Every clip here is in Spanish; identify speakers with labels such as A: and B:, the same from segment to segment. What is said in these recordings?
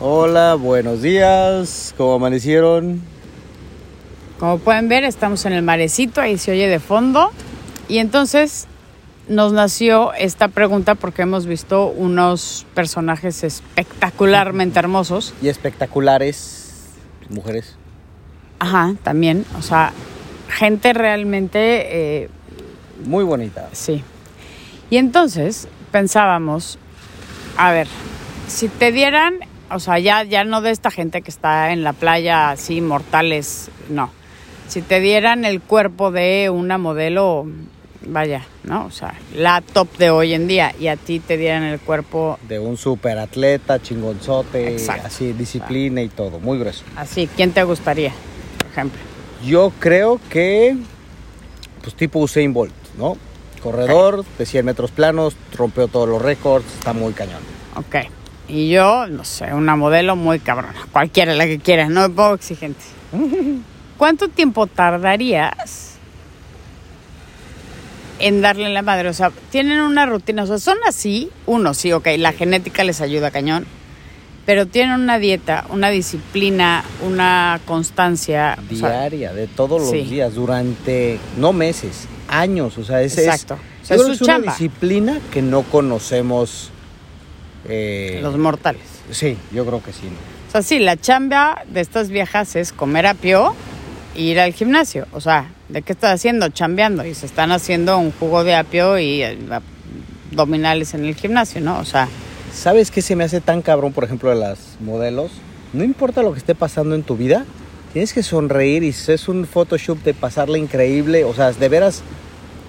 A: Hola, buenos días. ¿Cómo amanecieron?
B: Como pueden ver, estamos en el marecito, ahí se oye de fondo. Y entonces nos nació esta pregunta porque hemos visto unos personajes espectacularmente hermosos.
A: Y espectaculares mujeres.
B: Ajá, también. O sea, gente realmente, eh,
A: Muy bonitas.
B: sí. Y entonces pensábamos, a ver, si te dieran, o sea, ya, ya no de esta gente que está en la playa así, mortales, no. Si te dieran el cuerpo de una modelo, vaya, ¿no? O sea, la top de hoy en día, y a ti te dieran el cuerpo
A: De un superatleta, chingonzote,
B: Exacto.
A: así, disciplina y todo. Muy grueso.
B: así, ¿quién te gustaría, por ejemplo?
A: Yo creo que, pues tipo Usain Bolt, ¿no? Corredor de 100 metros planos, rompió todos los récords, está muy cañón.
B: Ok. Y yo, no sé, una modelo muy cabrona, cualquiera la que quieras, no me pongo exigente. ¿Cuánto tiempo tardarías en darle en la madre? O sea, tienen una rutina, o sea, son así, uno sí, ok, la genética les ayuda cañón, pero tienen una dieta, una disciplina, una constancia. o sea,
A: Diaria, de todos los
B: sí.
A: días, durante, no meses, años. O sea, ese
B: Exacto. O
A: es,
B: sea,
A: yo creo
B: es su
A: que es una
B: chamba.
A: disciplina que no conocemos. eh,
B: los mortales.
A: Sí, yo creo que sí.
B: O sea, sí, la chamba de estas viejas es comer a pio e ir al gimnasio. O sea, ¿de qué estás haciendo? Chambeando. Y se están haciendo un jugo de apio y eh, abdominales en el gimnasio, ¿no? O sea,
A: ¿Sabes qué se me hace tan cabrón, por ejemplo, de las modelos? No importa lo que esté pasando en tu vida, tienes que sonreír y es un Photoshop de pasarla increíble. O sea, de veras,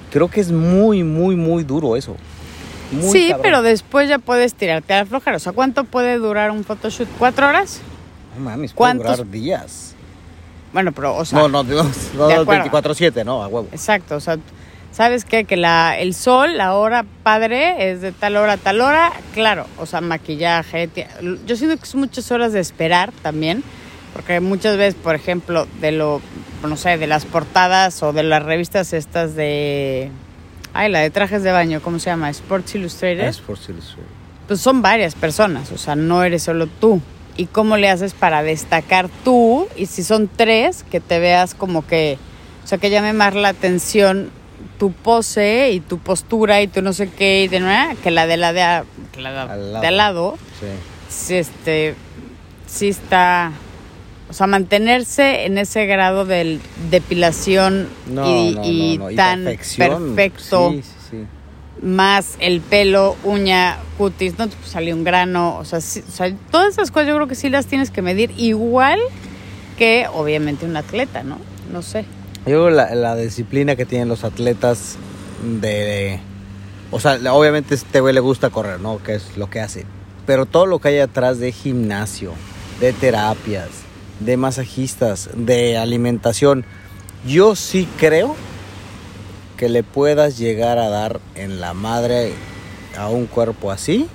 A: creo que es muy, muy, muy duro eso. Muy
B: sí,
A: cabrón.
B: pero después ya puedes tirarte a la flojera. O sea, ¿cuánto puede durar un photoshoot? ¿Cuatro horas?
A: No mames, puede
B: ¿Cuántos-
A: durar días.
B: Bueno, pero, o sea,
A: no, no, no, no,
B: de acuerdo.
A: 24-7, no, a huevo.
B: exacto. O sea, ¿sabes qué? Que la, el sol, la hora padre es de tal hora a tal hora. Claro, o sea, maquillaje. ti- Yo siento que son muchas horas de esperar también. Porque muchas veces, por ejemplo, de lo, no sé, de las portadas o de las revistas estas de... Ay, la de trajes de baño, ¿cómo se llama? Sports Illustrated.
A: Es por si lo suena.
B: Pues son varias personas, o sea, no eres solo tú. ¿Y cómo le haces para destacar tú? Y si son tres, que te veas como que, o sea, que llame más la atención tu pose y tu postura y tu no sé qué, y de nueva, que la de la de, a- que la de
A: Al
B: al
A: lado.
B: lado.
A: Sí.
B: Sí, este, sí está, o sea, mantenerse en ese grado de depilación
A: No,
B: y,
A: no,
B: y
A: no, no, y
B: tan
A: perfección,
B: perfecto
A: Sí, sí, sí.
B: más el pelo, uña, cutis, no te salió un grano, o sea, sí- o sea, todas esas cosas yo creo que sí las tienes que medir igual que obviamente un atleta, ¿no? No sé.
A: Yo creo la, la disciplina que tienen los atletas de... O sea, la- obviamente este güey le gusta correr, ¿no? Que es lo que hace. Pero todo lo que hay atrás de gimnasio, de terapias, de masajistas, de alimentación, yo sí creo que le puedas llegar a dar en la madre a un cuerpo así,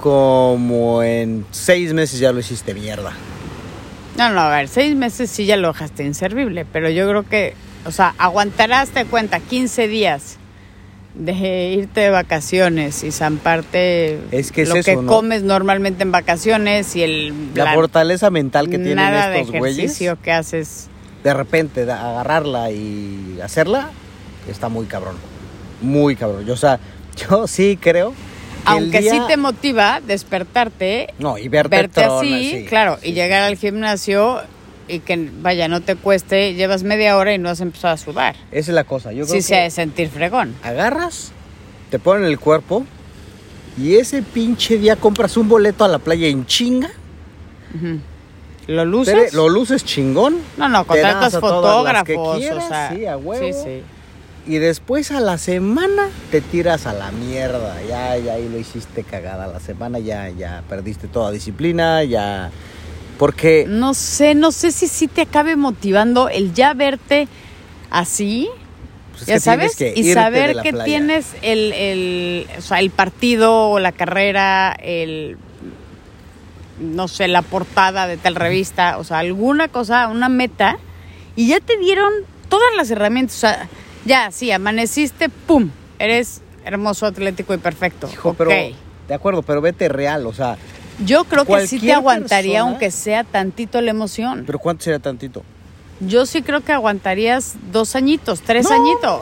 A: como en seis meses ya lo hiciste mierda.
B: No, no, a ver, seis meses sí ya lo dejaste inservible, pero yo creo que, o sea, aguantarás, te cuenta, 15 días de irte de vacaciones y zamparte
A: Es que es
B: lo
A: eso,
B: que
A: ¿no?
B: comes normalmente en vacaciones y el...
A: La,
B: la-
A: fortaleza mental que tienen
B: nada
A: estos
B: de
A: güeyes.
B: ejercicio que haces
A: de repente da- agarrarla y hacerla, está muy cabrón. Muy cabrón. Yo, o sea, yo sí creo. que
B: Aunque
A: el día-
B: sí te motiva despertarte,
A: No, y verte,
B: verte
A: trona,
B: así,
A: sí,
B: claro,
A: sí,
B: y llegar al gimnasio y que vaya, no te cueste, llevas media hora y no has empezado a sudar.
A: sí. Esa es la cosa. Yo creo
B: Sí se ha
A: que
B: de sentir fregón.
A: agarras, te ponen el cuerpo y ese pinche día compras un boleto a la playa en chinga.
B: Ujú. ¿Lo
A: Tere,
B: luces?
A: Lo luces chingón.
B: No, no,
A: te das
B: contratas
A: a todas las que
B: fotógrafos, o
A: quieras,
B: sea,
A: sí, a huevo.
B: sí, sí.
A: Y después a la semana te tiras a la mierda. Ya, ya ahí lo hiciste cagada. A la semana ya, ya perdiste toda disciplina, ya. Porque
B: No sé, no sé si sí te acabe motivando el ya verte así.
A: pues, es
B: ya
A: que tienes
B: sabes,
A: que irte
B: y
A: de
B: saber
A: la
B: que
A: playa.
B: tienes el, el, o sea, el partido o la carrera, el, no sé, la portada de tal revista, o sea, alguna cosa, una meta, y ya te dieron todas las herramientas, o sea, ya, sí, amaneciste, ¡pum! Eres hermoso, atlético y perfecto.
A: Hijo,
B: Ok.
A: pero. De acuerdo, pero vete real, o sea.
B: Yo creo que sí te
A: Cualquier
B: aguantaría
A: persona-
B: aunque sea tantito la emoción.
A: Pero ¿cuánto sería tantito?
B: Yo sí creo que aguantarías dos añitos, tres
A: No
B: añitos.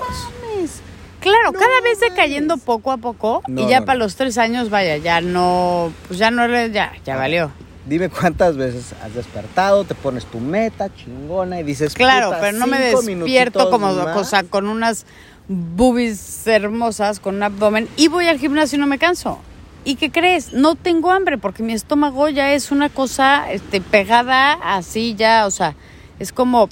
A: No
B: Claro, cada vez decayendo poco a poco
A: No,
B: y ya
A: no,
B: para
A: no.
B: los tres años, vaya, ya no, pues ya no, le- ya,
A: Ah,
B: ya valió.
A: Dime cuántas veces has despertado, te pones tu meta chingona y dices,
B: Claro,
A: "Puta,
B: pero no me
A: cinco
B: despierto como
A: minutitos más".
B: cosa con unas boobies hermosas, con un abdomen y voy al gimnasio y no me canso. ¿Y qué crees? No tengo hambre porque mi estómago ya es una cosa este, pegada así ya, o sea, es como,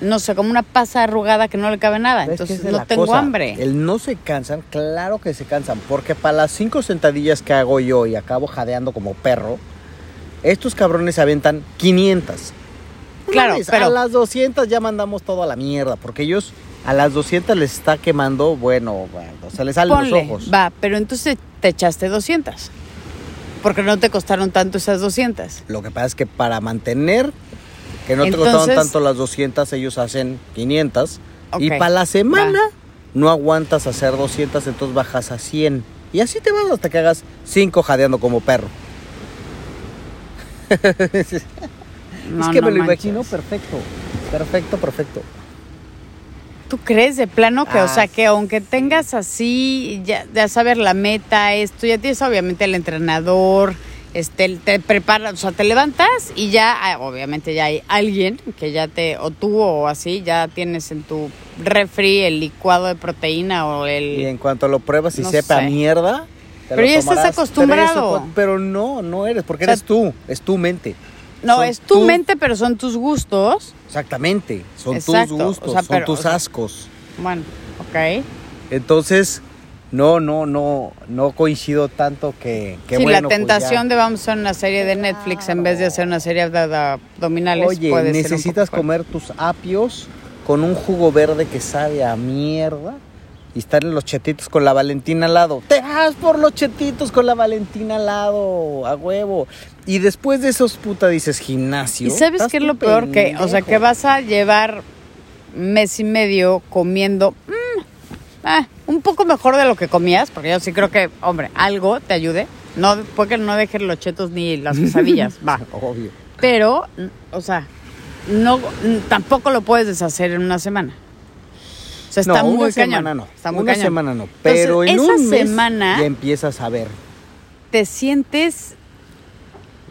B: no sé, como una pasa arrugada que no le cabe nada.
A: ¿Sabes
B: Entonces
A: qué es
B: no
A: la
B: tengo
A: cosa?
B: hambre.
A: El no se cansan, claro que se cansan, porque para las cinco sentadillas que hago yo y acabo jadeando como perro, estos cabrones se aventan 500. No
B: Claro,
A: mames,
B: pero-
A: a las 200 ya mandamos todo a la mierda, porque ellos a las 200 les está quemando, bueno, bueno, se les salen
B: Ponle,
A: los ojos.
B: va, pero entonces te echaste 200. Porque no te costaron tanto esas 200.
A: Lo que pasa es que para mantener que no
B: Entonces-
A: te costaron tanto las 200, ellos hacen 500. Y
B: Ok,
A: para la semana
B: va.
A: no aguantas hacer 200, entonces bajas a 100. Y así te vas hasta que hagas 5 jadeando como perro. es
B: No,
A: que
B: no
A: me lo
B: manches.
A: imagino perfecto. Perfecto, perfecto.
B: ¿Tú crees de plano que, o
A: Ah,
B: sea, que aunque tengas así, ya, ya saber la meta, esto, ya tienes obviamente el entrenador, este, el- te preparas, o sea, te levantas y ya, ah, obviamente ya hay alguien que ya te, o tú o así, ya tienes en tu refri el licuado de proteína o
A: Y
B: el...
A: en cuanto lo pruebas y
B: No
A: sepa
B: sé.
A: mierda, te
B: Pero
A: lo
B: ya estás
A: tomarás tres o
B: acostumbrado.
A: cuatro- pero no, no eres, porque
B: O sea,
A: eres tú, es tu mente.
B: No,
A: son
B: es tu
A: tus-
B: mente, pero son tus gustos.
A: Exactamente, son
B: Exacto, o
A: tus gustos,
B: sea,
A: son
B: pero,
A: tus
B: o sea,
A: ascos.
B: Bueno, ok.
A: Entonces, no, no, no, no coincido tanto que, que
B: sí,
A: bueno,
B: la
A: pues ya.
B: tentación de vamos a hacer una serie de Netflix en vez de hacer una serie de abdominales.
A: Oye,
B: puede ser un
A: necesitas
B: poco
A: comer
B: fuerte.
A: tus apios con un jugo verde que sabe a mierda y estar en los chetitos con la Valentina al lado. Te vas por los chetitos con la Valentina al lado, a huevo. Y después de esos puta dices gimnasio.
B: ¿Y sabes
A: Estás
B: qué es
A: tú
B: lo peor? Que, o sea,
A: pendejo.
B: que vas a llevar mes y medio comiendo mm, ah, un poco mejor de lo que comías, porque yo sí creo que, hombre, algo te ayude. No, porque no dejes los chetos ni las quesadillas, va.
A: Ah, Obvio.
B: Pero, mm, o sea, no, mm, tampoco lo puedes deshacer en una semana. O sea, pues está
A: no,
B: muy
A: una
B: cañón.
A: semana no.
B: Está muy
A: una
B: cañón.
A: semana no. Pero en
B: esa
A: un mes
B: semana-
A: ya empiezas a ver.
B: Te sientes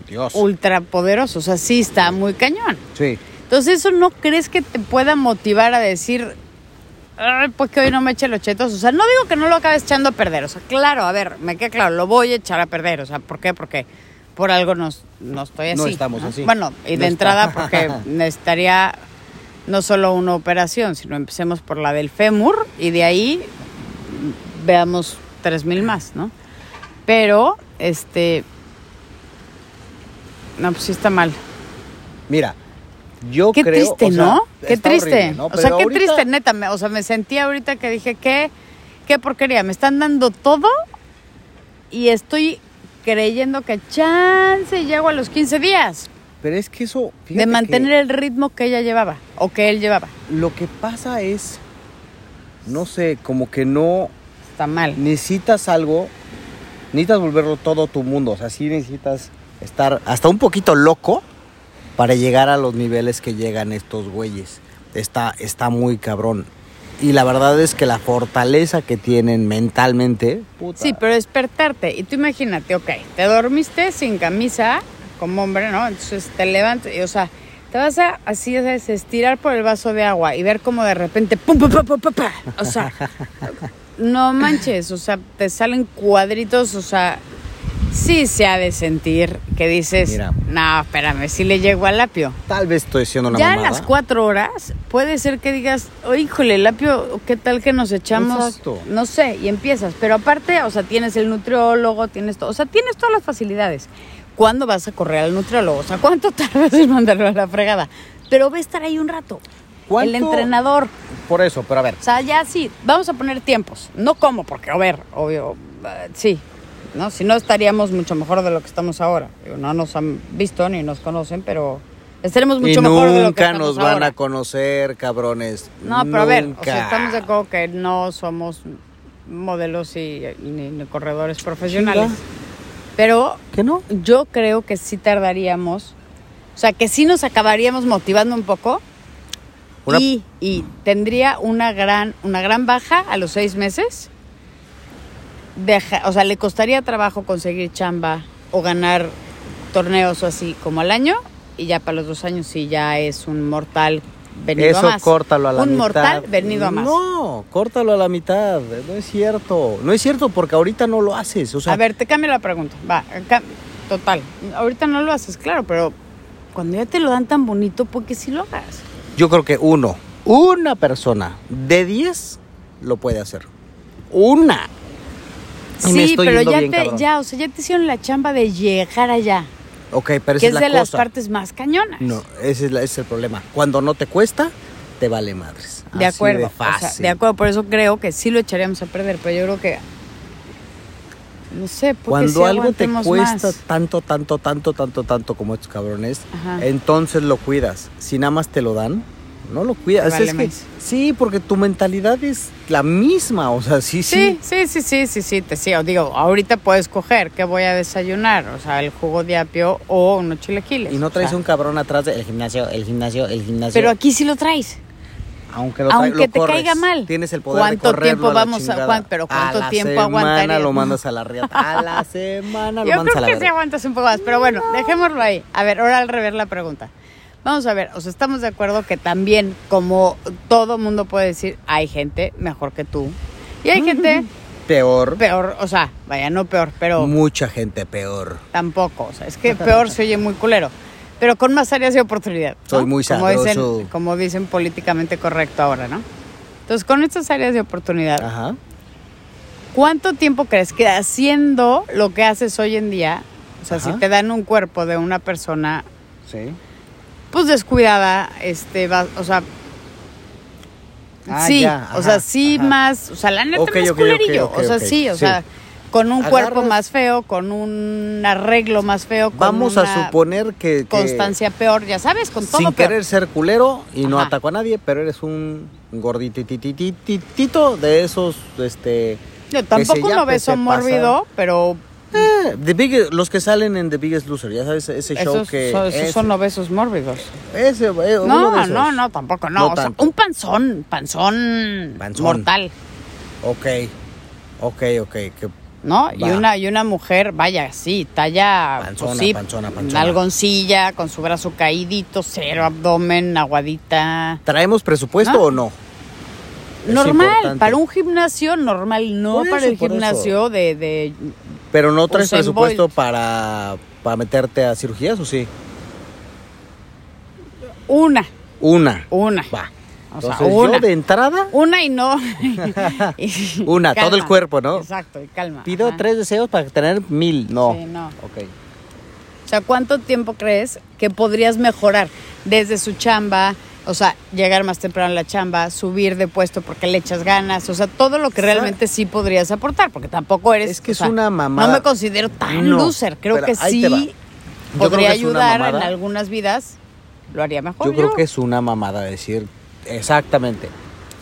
A: Dios.
B: ultrapoderoso, o sea, sí está muy cañón.
A: Sí.
B: Entonces, ¿eso no crees que te pueda motivar a decir, "Ay, pues que hoy no me eche los chetos? O sea, no digo que no lo acabes echando a perder. O sea, claro, a ver, me queda claro, lo voy a echar a perder. O sea, ¿por qué? Porque por algo nos, no estoy así.
A: No estamos así.
B: Bueno, y de
A: No está.
B: entrada porque necesitaría no solo una operación, sino empecemos por la del fémur y de ahí mm, veamos 3.000 más, ¿no? Pero, este... No, pues sí está mal.
A: Mira, yo
B: Qué
A: creo.
B: triste,
A: o sea,
B: ¿no? Qué
A: está
B: triste.
A: horrible, ¿no?
B: O sea, qué
A: Pero ahorita-
B: triste, neta. me- o sea, me sentí ahorita que dije, qué, qué porquería. Me están dando todo y estoy creyendo que chance llego a los 15 días
A: Pero es que eso. fíjate
B: de
A: que-
B: mantener el ritmo que ella llevaba o que él llevaba.
A: lo que pasa es, no sé, como que no
B: Está mal.
A: necesitas algo, necesitas volverlo todo tu mundo, o sea, sí necesitas estar hasta un poquito loco para llegar a los niveles que llegan estos güeyes. Está, está muy cabrón. Y la verdad es que la fortaleza que tienen mentalmente, puta,
B: Sí, pero despertarte. Y tú imagínate, ok, te dormiste sin camisa, como hombre, ¿no? Entonces te levantas y, o sea, te vas a así, ya sabes, estirar por el vaso de agua y ver como de repente, pum, pum, pum, pum, pum, pa. O sea, no manches, o sea, te salen cuadritos, o sea, sí se ha de sentir que dices,
A: Mira.
B: no, espérame, sí le llego al apio.
A: tal vez estoy siendo una
B: ya
A: mamada.
B: a las cuatro horas puede ser que digas, oh, híjole, Lapio, ¿qué tal que nos echamos?
A: Exacto.
B: No sé, y empiezas. Pero aparte, o sea, tienes el nutriólogo, tienes todo, o sea, tienes todas las facilidades. ¿Cuándo vas a correr al nutriólogo? O sea, ¿cuánto tardas en mandarlo a la fregada? Pero va a estar ahí un rato. El
A: ¿Cuánto?
B: entrenador.
A: Por eso, pero a ver,
B: O sea, ya sí, vamos a poner tiempos. No como, porque, a ver, obvio, eh, sí. ¿no? Si no, estaríamos mucho mejor de lo que estamos ahora. Digo, No nos han visto ni nos conocen, pero estaremos Pues mucho
A: y
B: mejor de lo que
A: nunca
B: estamos
A: nos van
B: ahora.
A: a conocer, cabrones.
B: No, pero a ver, o sea,
A: Nunca.
B: estamos de acuerdo que no somos modelos y, y ni, ni corredores profesionales.
A: Chinga.
B: Pero
A: ¿Qué no?
B: yo creo que sí tardaríamos, o sea, que sí nos acabaríamos motivando un poco
A: Una-
B: y, y tendría una gran, una gran baja a los seis meses. Deja- o sea, le costaría trabajo conseguir chamba o ganar torneos o así como al año y ya para los dos años sí ya es un mortal venido
A: Eso
B: a más.
A: córtalo a la
B: un
A: mitad.
B: mortal venido a más.
A: No, córtalo a la mitad. No es cierto. No es cierto porque ahorita no lo haces. O sea,
B: a ver, te cambio la pregunta. Va, acá- total. Ahorita no lo haces, claro, pero cuando ya te lo dan tan bonito, ¿por qué sí lo hagas?
A: yo creo que uno, una persona de 10 lo puede hacer. Una. Y me
B: Sí,
A: estoy
B: pero
A: yendo
B: ya
A: bien,
B: te,
A: cabrón.
B: ya, o sea, ya te hicieron la chamba de llegar allá,
A: Ok, pero esa
B: que
A: es
B: es,
A: la
B: de las
A: cosa.
B: partes más cañonas.
A: No, ese es, la- ese es el problema. Cuando no te cuesta, te vale madres. Así
B: De acuerdo. o sea,
A: fácil.
B: de acuerdo, por eso creo que sí lo echaríamos a perder, pero yo creo que no sé, porque
A: Cuando
B: sí
A: algo te
B: aguantemos
A: cuesta
B: más.
A: tanto, tanto, tanto, tanto, tanto como estos cabrones,
B: Ajá.
A: entonces lo cuidas. Si nada más te lo dan, no lo cuidas.
B: Te
A: Es
B: vale
A: que-
B: más.
A: sí, porque tu mentalidad es la misma. O sea, sí, sí.
B: Sí, sí, sí, sí, sí, sí, te sigo. Digo, ahorita puedes coger qué voy a desayunar, o sea, el jugo de apio o unos chilaquiles.
A: Y no
B: o
A: traes
B: sea.
A: un cabrón atrás del gimnasio, el gimnasio, el gimnasio.
B: Pero aquí sí lo traes.
A: aunque lo tra-
B: aunque
A: lo
B: te
A: corres.
B: caiga mal.
A: Tienes el poder
B: ¿Cuánto
A: de correrlo
B: tiempo
A: a la
B: vamos a-
A: chingada.
B: cuán- pero cuánto
A: a
B: tiempo
A: la semana
B: aguantarías?
A: lo mandas a la riata. A la semana lo
B: Yo
A: mandas a
B: creo
A: la
B: que sí
A: verga.
B: aguantas un poco más, pero bueno, dejémoslo ahí. A ver, ahora al revés la pregunta. Vamos a ver, o sea, estamos de acuerdo que también, como todo mundo puede decir, hay gente mejor que tú y hay gente
A: Mm. Peor.
B: peor, o sea, vaya, no peor, pero
A: Mucha gente peor.
B: tampoco. O sea, es que peor se oye muy culero, pero con más áreas de oportunidad. ¿no?
A: Soy muy
B: como dicen,
A: sabroso.
B: como dicen políticamente correcto ahora, ¿no? Entonces, con estas áreas de oportunidad,
A: Ajá.
B: ¿Cuánto tiempo crees que haciendo lo que haces hoy en día, o sea,
A: Ajá.
B: si te dan un cuerpo de una persona,
A: Sí.
B: pues descuidada, este, va- o sea,
A: Ah,
B: sí,
A: ya,
B: o
A: ajá,
B: sea, sí
A: ajá.
B: más, o sea, la neta
A: Ok,
B: más
A: ok, ok,
B: culerillo,
A: ok,
B: o sea,
A: ok,
B: sí, o
A: sí.
B: sea, con un
A: Agarras-
B: cuerpo más feo, con un arreglo más feo, con
A: Vamos
B: una
A: a suponer que, que
B: constancia peor, ya sabes, con todo
A: sin
B: peor.
A: querer ser culero y no
B: Ajá.
A: ataco a nadie, pero eres un gordititititito de esos, este,
B: Yo
A: se
B: tampoco
A: llape,
B: un obeso
A: se
B: mórbido, pero
A: eh, the big- los que salen en The Biggest Loser, ya sabes, ese show
B: esos,
A: que...
B: son, esos
A: ese-
B: son obesos mórbidos.
A: ese, eh, uno
B: No,
A: de esos.
B: no, no, tampoco, no.
A: No
B: o sea,
A: tanto.
B: un panzón, panzón,
A: Panzón.
B: mortal,
A: Ok, ok, ok, que
B: ¿no? Y
A: Va.
B: una, y una mujer, vaya, sí, talla, pues
A: Panzona,
B: sí,
A: panzona, panzona.
B: nalgoncilla, con su brazo caídito, cero abdomen, aguadita.
A: ¿Traemos presupuesto
B: No.
A: o no? Es
B: normal,
A: importante.
B: para un gimnasio, normal, no
A: Por eso,
B: para el
A: por eso.
B: gimnasio de, de...
A: Pero no traes
B: Usain
A: presupuesto
B: Bolt.
A: para, para meterte a cirugías, ¿o sí?
B: Una,
A: Una.
B: una.
A: Va.
B: O sea,
A: Entonces,
B: una.
A: yo de entrada,
B: Una y no.
A: Una, todo el cuerpo, ¿no?
B: Exacto, y calma.
A: pido
B: ajá.
A: tres deseos para tener mil. No.
B: Sí, no.
A: Ok.
B: O sea, ¿cuánto tiempo crees que podrías mejorar desde su chamba? O sea, llegar más temprano a la chamba, subir de puesto porque le echas ganas, o sea, todo lo que realmente sí podrías aportar, porque tampoco eres...
A: Es que
B: o
A: es
B: sea,
A: una mamada.
B: No me considero tan
A: No,
B: loser, creo
A: pero
B: que
A: ahí te va.
B: sí
A: Yo
B: podría
A: creo que es una
B: ayudar en
A: mamada.
B: algunas vidas, lo haría mejor.
A: Yo creo que es una mamada decir exactamente.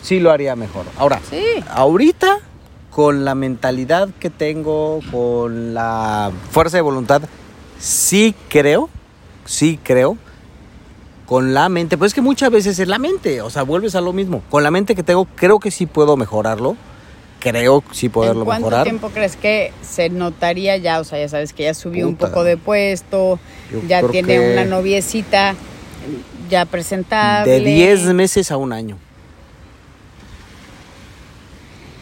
A: Sí lo haría mejor. Ahora,
B: Sí.
A: ahorita con la mentalidad que tengo, con la fuerza de voluntad, sí creo, sí creo con la mente, pues es que muchas veces es la mente, o sea, vuelves a lo mismo. Con la mente que tengo, creo que sí puedo mejorarlo. Creo que sí
B: ¿En
A: poderlo
B: cuánto
A: mejorar.
B: tiempo crees que se notaría ya? O sea, ya sabes que ya subió un
A: Puta.
B: poco de puesto,
A: Yo
B: ya
A: creo
B: tiene
A: que-
B: una noviecita ya presentable.
A: De 10 meses a un año.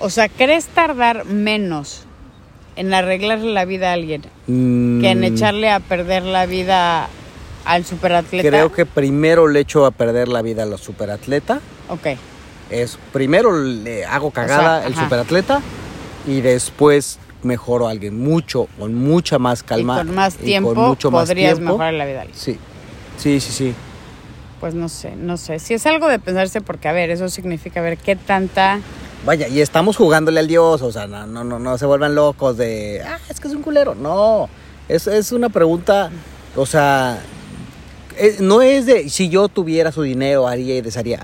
B: O sea, ¿crees tardar menos en arreglarle la vida a alguien que
A: Mm.
B: en echarle a perder la vida al superatleta?
A: Creo que primero le echo a perder la vida a la superatleta.
B: Ok.
A: Es primero le hago cagada
B: sea,
A: al
B: ajá.
A: superatleta y después mejoro a alguien mucho, con mucha más calma.
B: y con más
A: y con
B: tiempo
A: mucho más
B: podrías
A: tiempo.
B: mejorar la vida a alguien.
A: Sí, sí, sí, sí.
B: Pues no sé, no sé. Si es algo de pensarse, porque a ver, eso significa ver qué tanta.
A: Vaya, y estamos jugándole al dios, o sea, no, no, no, no se vuelvan locos de, ah, es que es un culero. No, es, es una pregunta, o sea, es- no es de, si yo tuviera su dinero, haría y desharía.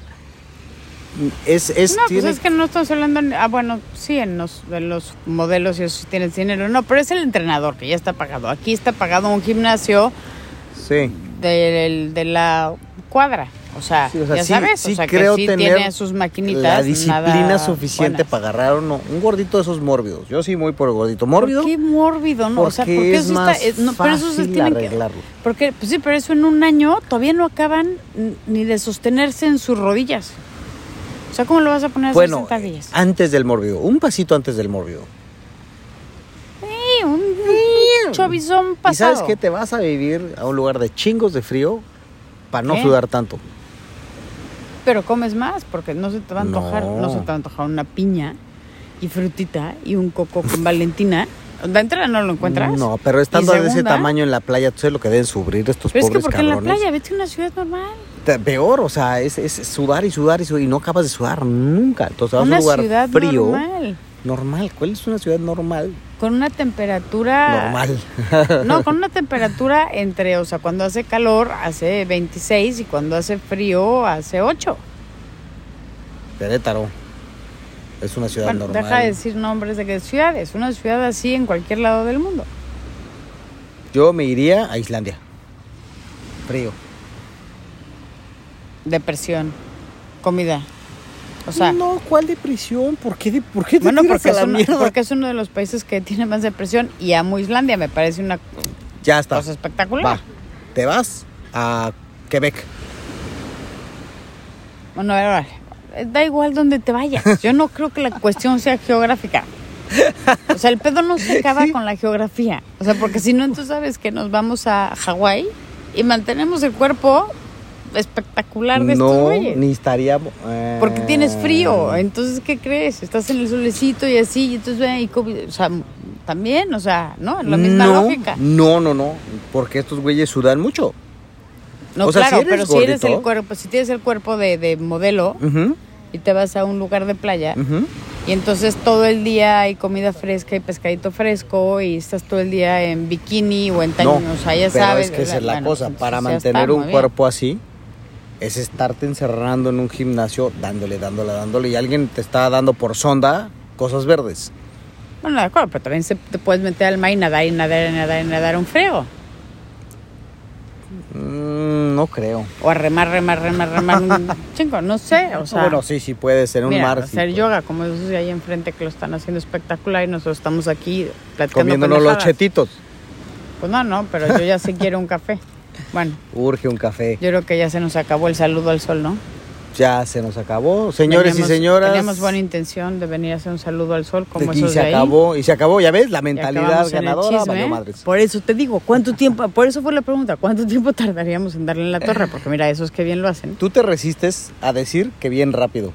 A: es, es,
B: no,
A: tiene-
B: pues es que no estamos hablando. en- Ah, bueno, sí, en los, en los modelos y eso sí tienes dinero. No, pero es el entrenador que ya está pagado. Aquí está pagado un gimnasio
A: sí.
B: del- de, la cuadra. O sea,
A: Sí, o sea,
B: ya
A: sí-
B: sabes,
A: sí
B: o sea,
A: creo
B: que sí
A: tener
B: tiene sus maquinitas.
A: la disciplina
B: nada
A: suficiente
B: buenas.
A: para agarrar uno, un gordito de esos mórbidos. Yo sí muy por el gordito
B: ¿Por
A: mórbido.
B: qué mórbido? No, o sea,
A: Porque
B: porque
A: es
B: eso
A: más
B: está. eh, no, pero eso se
A: fácil
B: tienen que.
A: arreglarlo.
B: Porque, pues sí, pero eso en un año todavía no acaban n- ni de sostenerse en sus rodillas. O sea, ¿cómo lo vas a poner a hacer
A: Bueno,
B: sentadillas?
A: eh, antes del mórbido, un pasito antes del mórbido.
B: Sí, un, un chovizón pasado.
A: Y sabes que te vas a vivir a un lugar de chingos de frío para no
B: ¿Qué?
A: sudar tanto.
B: Pero comes más porque no se te va a antojar, no,
A: No.
B: se te va a antojar una piña y frutita y un coco con Valentina. ¿De entrada no lo encuentras?
A: No, pero estando
B: ¿Y
A: de ese
B: segunda?
A: tamaño en la playa, tú sabes lo que deben sufrir estos
B: Pero es que
A: pobres
B: porque en la
A: cabrones.
B: playa, vete a una ciudad normal.
A: Te- Peor, o sea, es, es sudar y sudar y sudar y no acabas de sudar nunca. Entonces vas a
B: una
A: un lugar
B: ciudad
A: frío.
B: normal.
A: Normal. ¿Cuál es una ciudad normal?
B: Con una temperatura.
A: Normal.
B: No, con una temperatura entre, o sea, cuando hace calor hace 26 y cuando hace frío hace 8.
A: Querétaro. Es una ciudad
B: Bueno,
A: normal.
B: deja de decir nombres de qué ciudades. Una ciudad así en cualquier lado del mundo.
A: Yo me iría a Islandia. Frío.
B: Depresión, comida. O sea,
A: no, ¿cuál depresión? ¿Por qué, de- por qué te
B: bueno,
A: tiras
B: porque
A: a la
B: es, uno,
A: mierda?
B: porque es uno de los países que tiene más depresión y amo Islandia, me parece una
A: Ya está.
B: cosa espectacular.
A: Va. Te vas a Quebec.
B: Bueno, a ver, vale. da igual donde te vayas. Yo no creo que la cuestión sea geográfica. O sea, el pedo no se acaba con la geografía. O sea, porque si no, tú sabes que nos vamos a Hawái y mantenemos el cuerpo espectacular de estos
A: No,
B: güeyes.
A: ni estaríamos. eh,
B: Porque tienes frío, entonces, ¿qué crees? Estás en el solecito y así, y entonces, ve, y COVID, o sea, también, o sea, ¿no? La misma
A: no,
B: lógica.
A: No, no, no. Porque estos güeyes sudan mucho.
B: No,
A: o sea, si
B: claro,
A: eres
B: pero si eres el
A: gordito-
B: cuerpo, si tienes el cuerpo de, de modelo
A: Ujú,
B: y te vas a un lugar de playa,
A: ujú.
B: Y entonces todo el día hay comida fresca y pescadito fresco y estás todo el día en bikini o en
A: No,
B: tañón, o sea, ya
A: pero
B: sabes.
A: es que esa es la
B: Bueno,
A: cosa.
B: entonces
A: Para
B: ya está,
A: mantener
B: muy
A: un
B: bien.
A: cuerpo así, es estarte encerrando en un gimnasio, dándole, dándole, dándole, y alguien te está dando por sonda cosas verdes.
B: Bueno, de acuerdo, pero también se- te puedes meter al mar y nadar y nadar y nadar y nadar un frío.
A: Mm, no creo.
B: O a remar, remar, remar, remar un chingo, no sé, o sea.
A: bueno, sí, sí puede ser un
B: mira,
A: mar. sí,
B: hacer
A: pues.
B: yoga, como esos de ahí enfrente que lo están haciendo espectacular y nosotros estamos aquí platicando
A: Comiéndonos los
B: pendejadas.
A: chetitos.
B: Pues no, no, pero yo ya sí quiero un café. Bueno,
A: Urge un café.
B: yo creo que ya se nos acabó el saludo al sol, ¿no?
A: Ya se nos acabó. Señores
B: Teníamos-
A: y señoras.
B: Teníamos buena intención de venir a hacer un saludo al sol como
A: y
B: esos
A: se
B: de ahí.
A: acabó, y se acabó, ya ves, la
B: Y
A: mentalidad
B: acabamos en el
A: ganadora
B: chisme.
A: valió madres.
B: Por eso te digo, ¿cuánto tiempo? Por eso fue la pregunta, ¿cuánto tiempo tardaríamos en darle en la torre? Porque mira, esos que bien lo hacen.
A: Tú te resistes a decir que bien rápido.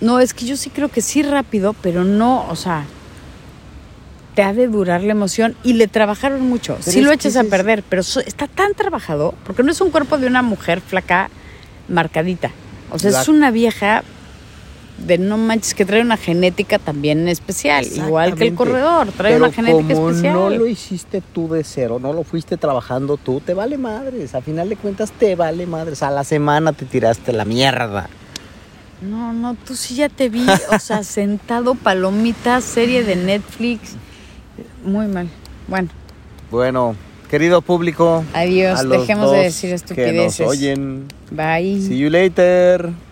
B: No, es que yo sí creo que sí rápido, pero no, o sea, te ha de durar la emoción y le trabajaron mucho. sí
A: es
B: lo
A: que
B: echas
A: ese
B: a
A: es-
B: perder, pero so- está tan trabajado, porque no es un cuerpo de una mujer flaca marcadita. O sea,
A: La-
B: es una vieja de no manches que trae una genética también especial, igual que el
A: Exactamente.
B: corredor, trae
A: Pero
B: una genética
A: como
B: especial.
A: No lo hiciste tú de cero, no lo fuiste trabajando tú, te vale madres. A final de cuentas, te vale madres. A la semana te tiraste la mierda.
B: No, no, tú sí ya te vi, o sea, sentado, palomita, serie de Netflix. Muy mal. Bueno,
A: Bueno, querido público,
B: adiós,
A: a los
B: dejemos de
A: dos
B: decir
A: Que nos
B: estupideces.
A: oyen.
B: Bye.
A: See you later.